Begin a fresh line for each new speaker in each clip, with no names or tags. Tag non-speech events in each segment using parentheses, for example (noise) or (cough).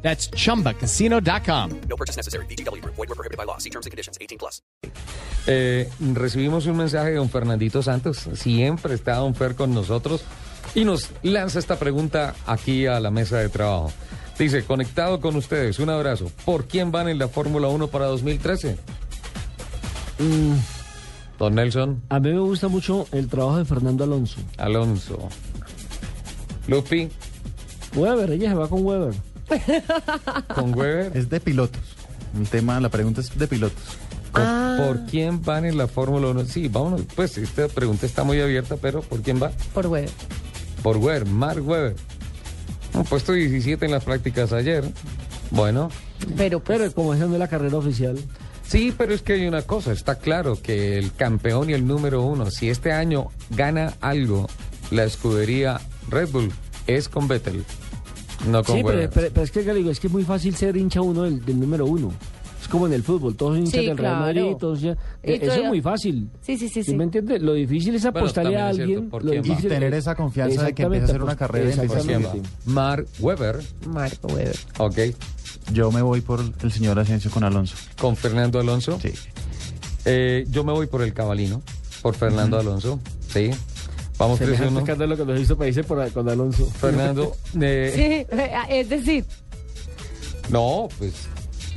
That's chumbacasino.com.
No purchase necessary. BGW. Void were prohibited by law. See terms and conditions. 18 plus.
Eh, recibimos un mensaje de don Fernandito Santos. Siempre está don Fer con nosotros y nos lanza esta pregunta aquí a la mesa de trabajo. Dice, conectado con ustedes, un abrazo. ¿Por quién van en la Fórmula 1 para 2013? Don Nelson
A mí me gusta mucho el trabajo de Fernando Alonso.
Alonso. Lupi,
Weber, ella se va con Weber.
con
(laughs)
Weber.
Es de pilotos. El tema, la pregunta es de pilotos.
¿Por, por quién van en la Fórmula 1? Sí, vámonos. Pues esta pregunta está muy abierta, pero ¿por quién va?
Por web.
por Weber, Mark Weber. Un puesto 17 en las prácticas ayer. Bueno,
Pero, pues,
Pero como esa no es la carrera oficial,
sí, pero es que hay una cosa, está claro que el campeón y el número uno, si este año gana algo la escudería Red Bull, es con Vettel, no con
sí, pero,
Weber.
pero- pero es que Galigo, es que es muy fácil ser hincha uno del, del número uno. Es como en el fútbol, todos son hinchas
Sí,
del Real
claro.
Madrid, todos ya-
Y
eh, eso es
todavía-
muy fácil.
Sí, sí, sí,
¿Sí
sí.
me entiendes? Lo difícil es
Bueno,
apostarle
también
a
es cierto,
alguien.
¿por
lo
quién va?
difícil
Y tener
es-
esa confianza de que
Exactamente,
empieza a hacer una carrera y empieza a
¿Por quién va?
exactamente.
Mark Weber,
Marco Weber.
ok,
Yo me voy por el señor Asensio con Alonso.
con Fernando Alonso.
Sí.
Eh, yo me voy por el cabalino, por Fernando Alonso, sí. Vamos
Semejante
3-1.
escándalo que nos hizo países por, con Alonso.
Fernando, eh,
Sí, es decir,
No, pues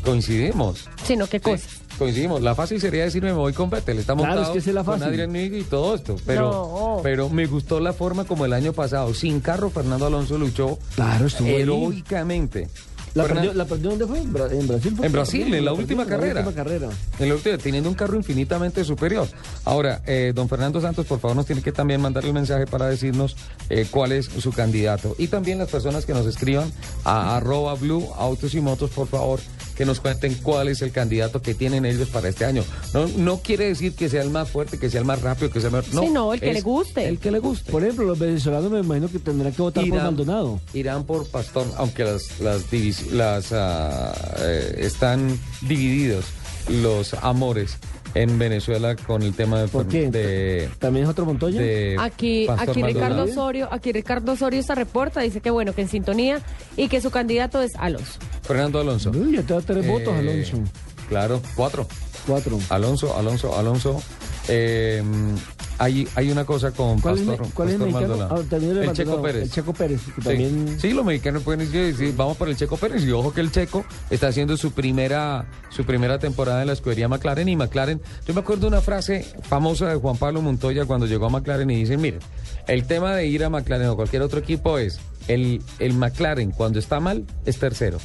coincidimos.
sino qué cosa.
Coincidimos. La fácil sería decirme me voy con Vettel. Está
Claro,
montado
es que esa es la
con
fácil. oh.
Adrián Nigri y todo esto. Pero,
No.
pero me gustó la forma como el año pasado. Sin carro, Fernando Alonso luchó
Claro, estuvo ahí.
heroicamente.
(laughs) ¿La
Fernan-
perdió, ¿La perdió dónde fue? ¿En, Bra- en Brasil? fue?
En Brasil, en la
perdió,
última
en la
carrera.
última carrera.
En la última, teniendo un carro infinitamente superior. Ahora, eh, don Fernando Santos, por favor, nos tiene que también mandar el mensaje para decirnos eh, cuál es su candidato. Y también las personas que nos escriban a arroba blue autos y motos, por favor, que nos cuenten cuál es el candidato que tienen ellos para este año. No, no quiere decir que sea el más fuerte, que sea el más rápido, que sea el mejor. No,
Sí, no, el que
es
le guste.
El que le guste.
Por ejemplo, los venezolanos me imagino que tendrán que votar por Maldonado.
Irán por Pastor, aunque las, las, divis- las ah, eh, están divididos los amores en Venezuela con el tema de,
¿Por qué?
de-
¿También es otro Montoya?
de
Aquí,
Eh, Pastor
aquí Ricardo
Maldonado.
Osorio, aquí Ricardo Osorio esta reporta, dice que bueno, que en sintonía y que su candidato es Alonso.
Fernando Alonso.
Uy, ya te da tres
Eh,
votos, Alonso.
Claro, cuatro.
Cuatro.
Alonso, Alonso, Alonso. Eh, hay, hay una cosa con
¿Cuál es,
Pastor,
me- cuál es el
Pastor
mexicano?
Maldonado.
Ah, también
el
Maldonado,
Checo Pérez.
El Checo Pérez, que
Sí.
también... (laughs)
Sí, los mexicanos pueden decir, decir, vamos por el Checo Pérez. Y ojo que el Checo está haciendo su primera, su primera temporada en la escudería McLaren. Y McLaren, yo me acuerdo una frase famosa de Juan Pablo Montoya cuando llegó a McLaren y dicen, miren, el tema de ir a McLaren o cualquier otro equipo es, el, el McLaren cuando está mal es tercero.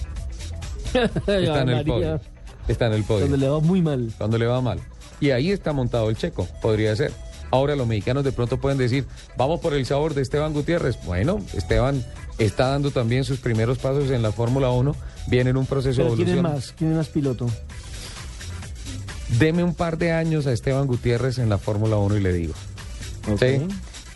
Está en el podio. Está en el podio
Donde le va muy mal.
cuando le va mal. Y ahí está montado el checo, podría ser. Ahora los mexicanos de pronto pueden decir, vamos por el sabor de Esteban Gutiérrez. Bueno, Esteban está dando también sus primeros pasos en la Fórmula 1, viene en un proceso de
Pero ¿quién es
evolución.
más? ¿Quién es más piloto?
Deme un par de años a Esteban Gutiérrez en la Fórmula 1 y le digo.
Ok.
¿sí?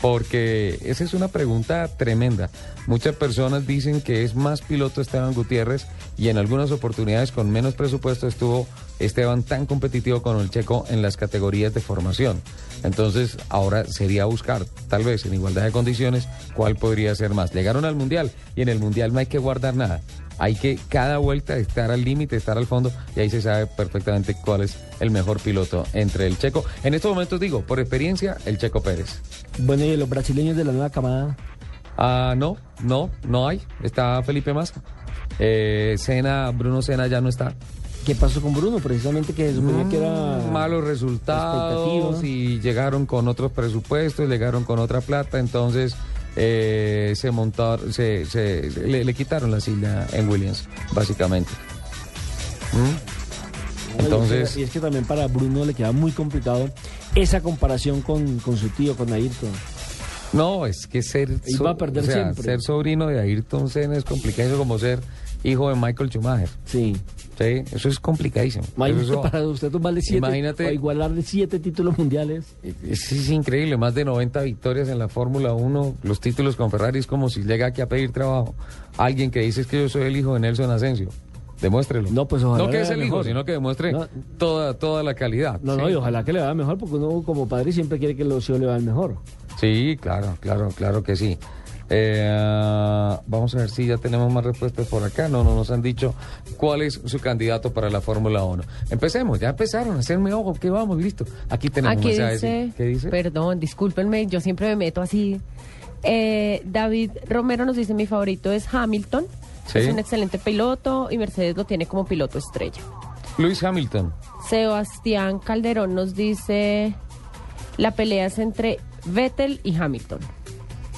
Porque esa es una pregunta tremenda. Muchas personas dicen que es más piloto Esteban Gutiérrez y en algunas oportunidades con menos presupuesto estuvo Esteban tan competitivo con el checo en las categorías de formación. Entonces ahora sería buscar, tal vez en igualdad de condiciones, cuál podría ser más. Llegaron al Mundial y en el Mundial no hay que guardar nada. Hay que cada vuelta estar al límite, estar al fondo, y ahí se sabe perfectamente cuál es el mejor piloto entre el checo. En estos momentos digo, por experiencia, el checo Pérez.
Bueno, y los brasileños de la nueva camada.
Ah, no, no, no hay. Está Felipe Massa. Eh, Sena, Bruno Sena ya no está.
¿Qué pasó con Bruno? Precisamente que se suponía que era...
Mm, Malos resultados
expectativa.
y llegaron con otros presupuestos, llegaron con otra plata, entonces eh, se montaron, se, se- se- le, le quitaron la silla en Williams, básicamente. ¿Mm?
Oye,
Entonces,
Y es que también para Bruno le queda muy complicado esa comparación con, con su tío, con Ayrton.
No, es que ser,
Y va a perder siempre.
ser sobrino de Ayrton Senna es complicado como ser hijo de Michael Schumacher.
Sí.
Sí, eso es complicadísimo.
Imagínate,
Eso-
para usted tomarle siete,
Imagínate.
o igualarle siete títulos mundiales.
Eh, Es, es increíble, más de 90 victorias en la Fórmula 1, los títulos con Ferrari es como si llega aquí a pedir trabajo. Alguien que dice es que yo soy el hijo de Nelson Asensio, demuéstrelo.
No, pues, ojalá
No que
le
es
vaya
el hijo,
mejor.
sino que demuestre
No.
toda, toda la calidad.
No,
sí.
no, y ojalá que le vaya mejor, porque uno como padre siempre quiere que los hijos le vayan mejor.
Sí, claro, claro, claro que sí. Eh, vamos a ver si ya tenemos más respuestas por acá. No, no nos han dicho cuál es su candidato para la Fórmula 1. Empecemos, ya empezaron a hacerme ojo, que vamos, listo. Aquí tenemos
Aquí
mensajes,
dice,
¿sí? ¿Qué dice?
Perdón, discúlpenme, yo siempre me meto así. Eh, David Romero nos dice, mi favorito es Hamilton.
Sí.
Es un excelente piloto y Mercedes lo tiene como piloto estrella.
Luis Hamilton.
Sebastián Calderón nos dice, la pelea es entre Vettel y Hamilton.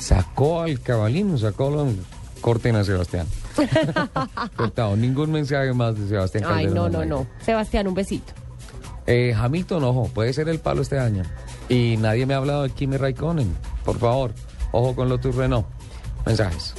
Sacó al cabalín, sacó los... Corten a
(laughs)
Sebastián. Cortado, ningún mensaje más de Sebastián.
Ay,
Calderón
no, no,
online.
no. Sebastián, un besito.
Eh, Hamilton, ojo, puede ser el palo este año. Y nadie me ha hablado de Kimi Raikkonen. Por favor, ojo con Lotus Renault. Mensajes.